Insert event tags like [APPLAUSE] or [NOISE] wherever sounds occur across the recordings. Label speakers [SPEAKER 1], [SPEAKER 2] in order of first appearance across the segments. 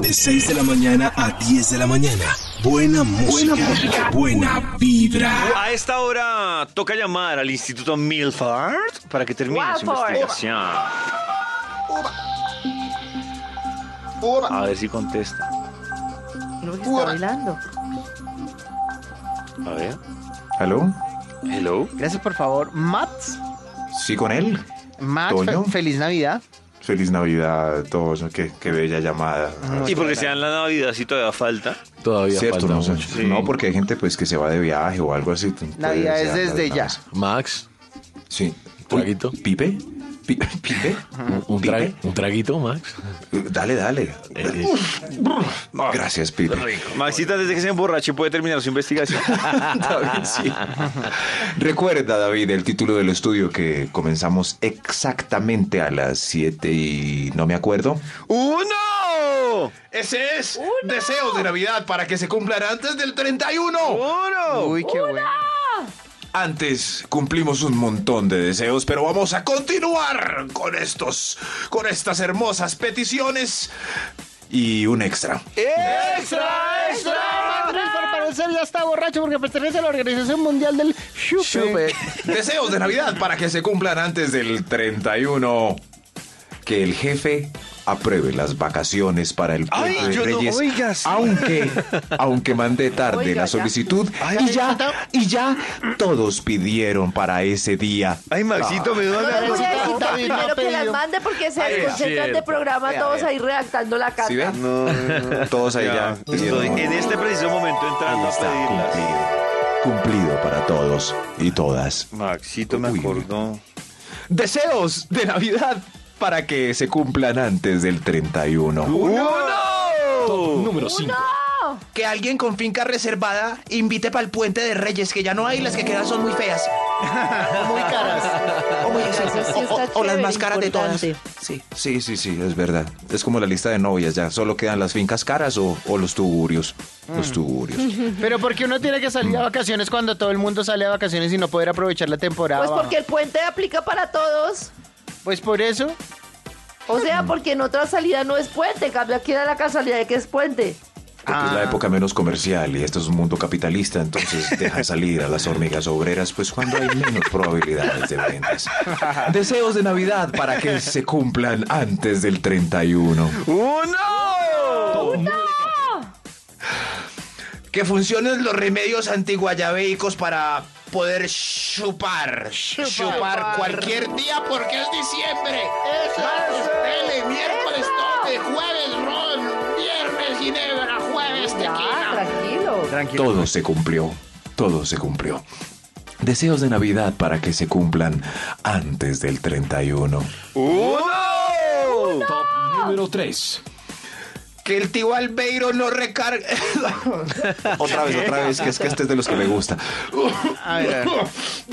[SPEAKER 1] De 6 de la mañana a 10 de la mañana. Buena música. Buena, música. buena vibra.
[SPEAKER 2] A esta hora toca llamar al Instituto Milford para que termine su
[SPEAKER 3] Milford.
[SPEAKER 2] investigación. A ver si contesta.
[SPEAKER 3] No, que está bailando.
[SPEAKER 2] A ver.
[SPEAKER 4] ¿Aló?
[SPEAKER 2] Hello.
[SPEAKER 5] Gracias, por favor. Matt,
[SPEAKER 4] ¿Sí con él?
[SPEAKER 5] Matt,
[SPEAKER 4] Toño.
[SPEAKER 5] Ah, fe- feliz Navidad.
[SPEAKER 4] Feliz Navidad a todos, ¿no? qué, qué bella llamada.
[SPEAKER 2] Y porque sea en la Navidad si todavía falta.
[SPEAKER 6] Todavía
[SPEAKER 4] Cierto,
[SPEAKER 6] Ah, falta
[SPEAKER 4] no, sé.
[SPEAKER 6] mucho.
[SPEAKER 2] Sí.
[SPEAKER 4] no, porque hay gente pues que se va de viaje o algo así. entonces,
[SPEAKER 5] Navidad es
[SPEAKER 4] ya,
[SPEAKER 5] desde
[SPEAKER 4] no,
[SPEAKER 5] ya.
[SPEAKER 4] no sé.
[SPEAKER 6] Max,
[SPEAKER 4] Sí.
[SPEAKER 6] ¿Traguito?
[SPEAKER 4] Uy, ¿Pipe? Pi- [LAUGHS] ¿Pipe?
[SPEAKER 6] un, Eh, un tra- un traguito, Max.
[SPEAKER 4] Dale, dale. Gracias, Pipe. [LAUGHS]
[SPEAKER 2] Maxita, desde que se emborrache, puede terminar su investigación.
[SPEAKER 4] David, sí. Recuerda, David, el título del estudio que comenzamos exactamente a las 7 y no me acuerdo.
[SPEAKER 2] ¡Uno!
[SPEAKER 4] Ese es Deseos de Navidad para que se cumplan antes del 31.
[SPEAKER 2] ¡Uno!
[SPEAKER 5] Uy, qué bueno.
[SPEAKER 4] Antes cumplimos un montón de deseos, pero vamos a continuar con estos, con estas hermosas peticiones y un extra.
[SPEAKER 2] ¡Extra,
[SPEAKER 5] Para parecer ya está borracho porque pertenece a la Organización Mundial del Chupe.
[SPEAKER 4] Deseos de Navidad para que se cumplan antes del 31. Que el jefe apruebe las vacaciones para el
[SPEAKER 2] Ay,
[SPEAKER 4] puente de
[SPEAKER 2] yo no-
[SPEAKER 4] Reyes,
[SPEAKER 2] oiga, sí.
[SPEAKER 4] aunque aunque mandé tarde
[SPEAKER 3] Oiga,
[SPEAKER 4] la
[SPEAKER 3] ya.
[SPEAKER 4] solicitud y ya y ya todos pidieron para ese día.
[SPEAKER 2] Ay, Maxito, me
[SPEAKER 3] No
[SPEAKER 2] duele.
[SPEAKER 3] les voy a decir
[SPEAKER 5] David me ha
[SPEAKER 3] primero que las
[SPEAKER 5] pedido.
[SPEAKER 3] mande porque se
[SPEAKER 2] Ay, es
[SPEAKER 3] desconcentran de
[SPEAKER 2] cierto.
[SPEAKER 3] programa
[SPEAKER 5] Vea,
[SPEAKER 3] todos
[SPEAKER 5] vea.
[SPEAKER 3] ahí redactando la carta.
[SPEAKER 4] Ah, ¿Sí ven? Todos ahí ya.
[SPEAKER 2] Estoy en este preciso momento entrando
[SPEAKER 4] Ahí
[SPEAKER 2] a
[SPEAKER 4] está,
[SPEAKER 2] pedirlas.
[SPEAKER 4] cumplido. Cumplido para todos y todas.
[SPEAKER 2] Maxito me
[SPEAKER 4] Uy.
[SPEAKER 2] acordó.
[SPEAKER 4] Deseos de Navidad para que se cumplan antes del 31.
[SPEAKER 2] ¡Uno!
[SPEAKER 6] Número 5.
[SPEAKER 3] ¡No!
[SPEAKER 7] que alguien con finca reservada invite para el puente de Reyes, que ya no hay, las que quedan son muy feas.
[SPEAKER 5] Muy caras.
[SPEAKER 7] O, muy
[SPEAKER 3] Eso sí
[SPEAKER 7] o- o-
[SPEAKER 3] está
[SPEAKER 7] o las
[SPEAKER 3] chévere,
[SPEAKER 7] más caras de todas.
[SPEAKER 3] importante.
[SPEAKER 7] Sí.
[SPEAKER 4] Sí, sí, sí, es verdad. Es como la lista de novias ya. Solo quedan las fincas caras o, o los tugurios. Los tugurios.
[SPEAKER 5] Pero porque uno tiene que salir a vacaciones cuando todo el mundo sale a vacaciones y no poder aprovechar la temporada.
[SPEAKER 3] Pues
[SPEAKER 5] baja?
[SPEAKER 3] porque el puente aplica para todos.
[SPEAKER 5] Pues por eso.
[SPEAKER 3] O sea, porque en otra salida no es puente. En cambio, aquí da la casualidad de que es puente.
[SPEAKER 4] Porque es la época menos comercial y esto es un mundo capitalista, entonces dejan salir a las hormigas obreras pues cuando hay menos probabilidades de ventas. Deseos de Navidad para que se cumplan antes del 31.
[SPEAKER 2] ¡Uno!
[SPEAKER 7] Que funcionen los remedios antiguayabeicos para poder chupar. Chupar, cualquier día porque es diciembre. Martes, tele, miércoles, toque, jueves, ron, viernes, ginebra, jueves,
[SPEAKER 3] Ah,
[SPEAKER 7] tequila.
[SPEAKER 3] tranquilo.
[SPEAKER 5] Tranquilo.
[SPEAKER 4] Todo se cumplió, todo se cumplió. Deseos de Navidad para que se cumplan antes del 31.
[SPEAKER 2] ¡Uno!
[SPEAKER 6] Número 3.
[SPEAKER 7] Que el tío Albeiro no recargue. [LAUGHS]
[SPEAKER 4] Otra vez, otra vez, que es que este es de los que me gusta.
[SPEAKER 5] A ver, a ver.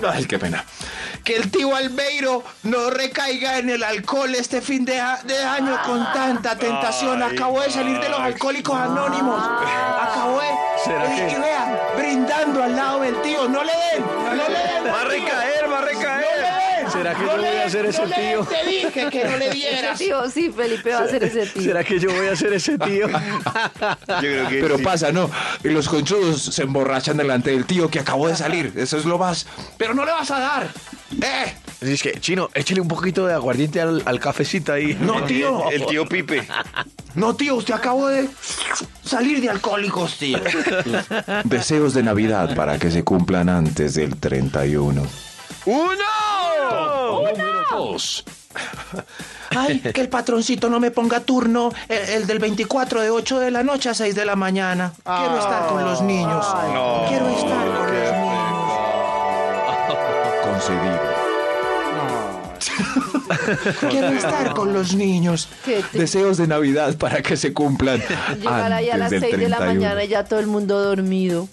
[SPEAKER 4] Ay, qué pena.
[SPEAKER 7] Que el tío Albeiro no recaiga en el alcohol este fin de, a- de año con tanta tentación.
[SPEAKER 2] Ay,
[SPEAKER 7] Acabo de salir de los
[SPEAKER 2] Max.
[SPEAKER 7] alcohólicos anónimos. Acabo de.
[SPEAKER 2] ¿Será
[SPEAKER 7] y,
[SPEAKER 2] que-
[SPEAKER 7] y vean, brindando al lado del tío. No le den, no le den.
[SPEAKER 2] ¡Va a
[SPEAKER 7] al tío.
[SPEAKER 2] recaer, va a recaer!
[SPEAKER 6] ¿Será que yo voy a hacer ese tío?
[SPEAKER 7] Te dije que no le
[SPEAKER 3] Ese
[SPEAKER 7] dieras.
[SPEAKER 3] tío, sí, Felipe va a ser ese tío.
[SPEAKER 6] ¿Será que yo voy a ser ese tío?
[SPEAKER 2] Yo creo que
[SPEAKER 4] Pero
[SPEAKER 2] sí.
[SPEAKER 4] pasa, ¿no? Y los conchudos se emborrachan delante del tío que acabó de salir. Eso es lo más.
[SPEAKER 7] Pero no le vas a dar.
[SPEAKER 4] ¡Eh!
[SPEAKER 6] Así es que, chino, échale un poquito de aguardiente al, al cafecito ahí.
[SPEAKER 7] No, tío.
[SPEAKER 2] El tío Pipe.
[SPEAKER 7] No, tío, usted acabó de salir de alcohólicos, tío.
[SPEAKER 4] [LAUGHS] Deseos de Navidad para que se cumplan antes del 31.
[SPEAKER 2] ¡Uno!
[SPEAKER 6] Número 2.
[SPEAKER 7] Ay, que el patroncito no me ponga turno, el, el del 24 de 8 de la noche a 6 de la mañana. Quiero estar con los niños.
[SPEAKER 2] no.
[SPEAKER 7] Quiero estar con los niños.
[SPEAKER 4] Concedido.
[SPEAKER 7] Quiero estar con los niños.
[SPEAKER 3] Qué triste.
[SPEAKER 4] Deseos de Navidad para que se cumplan
[SPEAKER 3] Llegar ahí a las
[SPEAKER 4] antes del
[SPEAKER 3] 6 de la
[SPEAKER 4] 31.
[SPEAKER 3] mañana y ya todo el mundo dormido.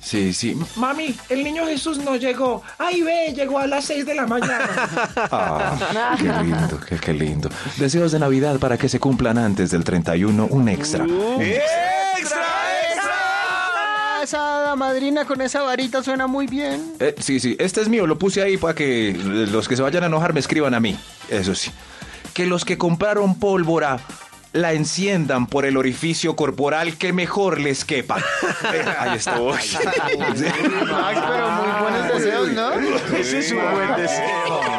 [SPEAKER 4] Sí, sí.
[SPEAKER 7] Mami, el niño Jesús no llegó. Ay, ve, llegó a las 6 de la mañana.
[SPEAKER 4] [LAUGHS] Ah, qué lindo, qué, qué lindo. Deseos de Navidad para que se cumplan antes del 31, un extra.
[SPEAKER 2] Uh.
[SPEAKER 4] Eh,
[SPEAKER 2] ¡Extra, extra!
[SPEAKER 5] Ah, Esa madrina con esa varita suena muy bien.
[SPEAKER 4] Eh, sí, sí, este es mío, lo puse ahí para que los que se vayan a enojar me escriban a mí. Eso sí. Que los que compraron pólvora la enciendan por el orificio corporal que mejor
[SPEAKER 2] [LAUGHS]
[SPEAKER 4] les quepa. Eh, Ahí [LAUGHS] estoy.
[SPEAKER 5] Max, pero muy buenos deseos, ¿no?
[SPEAKER 2] Ese es un buen deseo.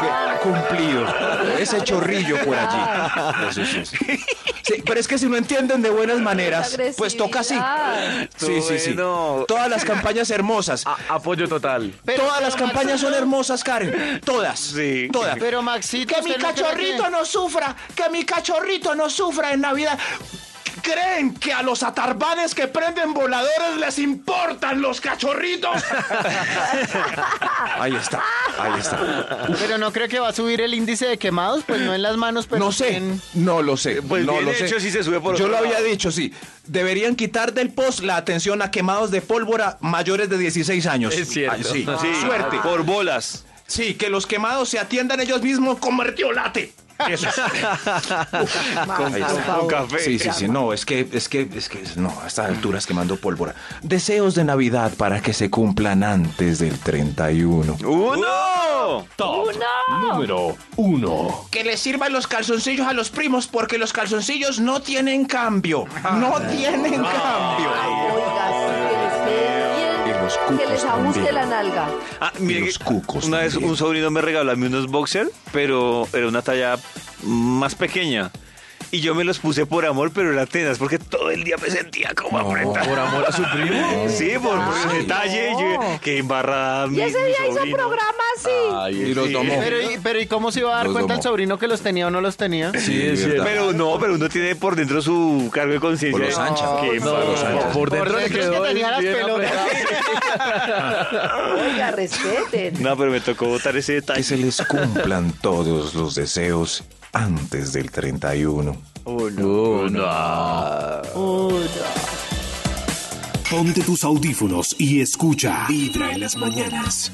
[SPEAKER 4] Queda cumplido. Ese chorrillo por allí. Eso Ah. sí, sí. Sí, pero es que si no entienden de buenas maneras, pues toca así.
[SPEAKER 3] Agresividad.
[SPEAKER 4] Sí, sí, sí.
[SPEAKER 2] Bueno.
[SPEAKER 4] Todas las campañas hermosas.
[SPEAKER 2] apoyo total.
[SPEAKER 5] Ah, Pero-
[SPEAKER 4] Todas las
[SPEAKER 5] pero
[SPEAKER 4] campañas son
[SPEAKER 5] Maxito-
[SPEAKER 4] hermosas, Karen. Todas.
[SPEAKER 2] Sí.
[SPEAKER 4] Todas.
[SPEAKER 5] Pero Maxito,
[SPEAKER 4] Que mi
[SPEAKER 5] usted no cree
[SPEAKER 4] cachorrito
[SPEAKER 5] que-
[SPEAKER 4] no sufra, que mi cachorrito no sufra en Navidad. ¿Creen que a los atarbanes que prenden voladores les importan los cachorritos? [LAUGHS] ahí está, ahí está.
[SPEAKER 5] Pero no creo que va a subir el índice de quemados, pues no en las manos, pero
[SPEAKER 4] no sé,
[SPEAKER 5] en-
[SPEAKER 4] no lo sé.
[SPEAKER 2] Pues
[SPEAKER 4] no
[SPEAKER 2] bien
[SPEAKER 4] lo
[SPEAKER 2] hecho
[SPEAKER 4] sé.
[SPEAKER 2] si se sube por
[SPEAKER 4] Yo
[SPEAKER 2] otro
[SPEAKER 4] lo había
[SPEAKER 2] lado.
[SPEAKER 4] dicho, sí. Deberían quitar del post la atención a quemados de pólvora mayores de 16 años.
[SPEAKER 6] Es cierto.
[SPEAKER 4] Ay, sí.
[SPEAKER 2] Sí,
[SPEAKER 4] Suerte.
[SPEAKER 2] Por bolas.
[SPEAKER 4] Sí, que los quemados se atiendan ellos mismos con mertiolate. Eso es.
[SPEAKER 3] Max,
[SPEAKER 4] Ahí
[SPEAKER 3] por
[SPEAKER 4] está.
[SPEAKER 3] favor.
[SPEAKER 4] Sí, sí, sí, no, es que, es que, es que, no, a estas alturas quemando pólvora. Deseos de Navidad para que se cumplan antes del 31.
[SPEAKER 2] ¡Uno!
[SPEAKER 4] Que les sirvan los calzoncillos a los primos porque los calzoncillos no tienen cambio. No
[SPEAKER 6] Ah.
[SPEAKER 4] tienen cambio.
[SPEAKER 3] Oiga, sí, que les quede
[SPEAKER 4] Y los
[SPEAKER 3] bien, que
[SPEAKER 4] cucos
[SPEAKER 3] les ajuste
[SPEAKER 4] también.
[SPEAKER 3] la nalga.
[SPEAKER 2] Ah, mire
[SPEAKER 4] Y los
[SPEAKER 2] que
[SPEAKER 4] cucos
[SPEAKER 2] Una vez
[SPEAKER 4] también.
[SPEAKER 2] un sobrino me regaló a mí unos boxer, pero era una talla más pequeña. Y yo me los puse por amor, pero eran tenas, porque todo el día me sentía como apretada.
[SPEAKER 6] Oh, Por amor a su primo.
[SPEAKER 2] Sí, por, por el
[SPEAKER 3] Ay,
[SPEAKER 2] detalle.
[SPEAKER 3] no.
[SPEAKER 2] yo- que embarrada.
[SPEAKER 3] Y
[SPEAKER 2] mi-
[SPEAKER 3] ese
[SPEAKER 2] mi
[SPEAKER 3] día hizo
[SPEAKER 2] sobrino.
[SPEAKER 3] programa así.
[SPEAKER 6] Ay,
[SPEAKER 4] Y los
[SPEAKER 2] Sí.
[SPEAKER 4] domó.
[SPEAKER 5] Pero, ¿y, pero ¿y cómo se iba a dar
[SPEAKER 4] Los
[SPEAKER 5] cuenta
[SPEAKER 4] domó.
[SPEAKER 5] el sobrino que los tenía o no los tenía?
[SPEAKER 6] Sí, es cierto.
[SPEAKER 2] Pero no, pero uno tiene por dentro su cargo de conciencia.
[SPEAKER 4] Por los anchas.
[SPEAKER 2] Qué
[SPEAKER 6] No,
[SPEAKER 2] embarrada.
[SPEAKER 6] por-
[SPEAKER 5] Por
[SPEAKER 6] por dentro le
[SPEAKER 5] dentro es que
[SPEAKER 6] quedó
[SPEAKER 5] tenía las
[SPEAKER 6] bien
[SPEAKER 5] pelotas.
[SPEAKER 6] apretado.
[SPEAKER 3] Oiga, respeten.
[SPEAKER 2] No, pero me tocó botar ese
[SPEAKER 4] Que se
[SPEAKER 2] detalle.
[SPEAKER 4] les cumplan todos los deseos antes del 31.
[SPEAKER 6] Oh,
[SPEAKER 1] Ponte tus audífonos y escucha Vibra en las mañanas.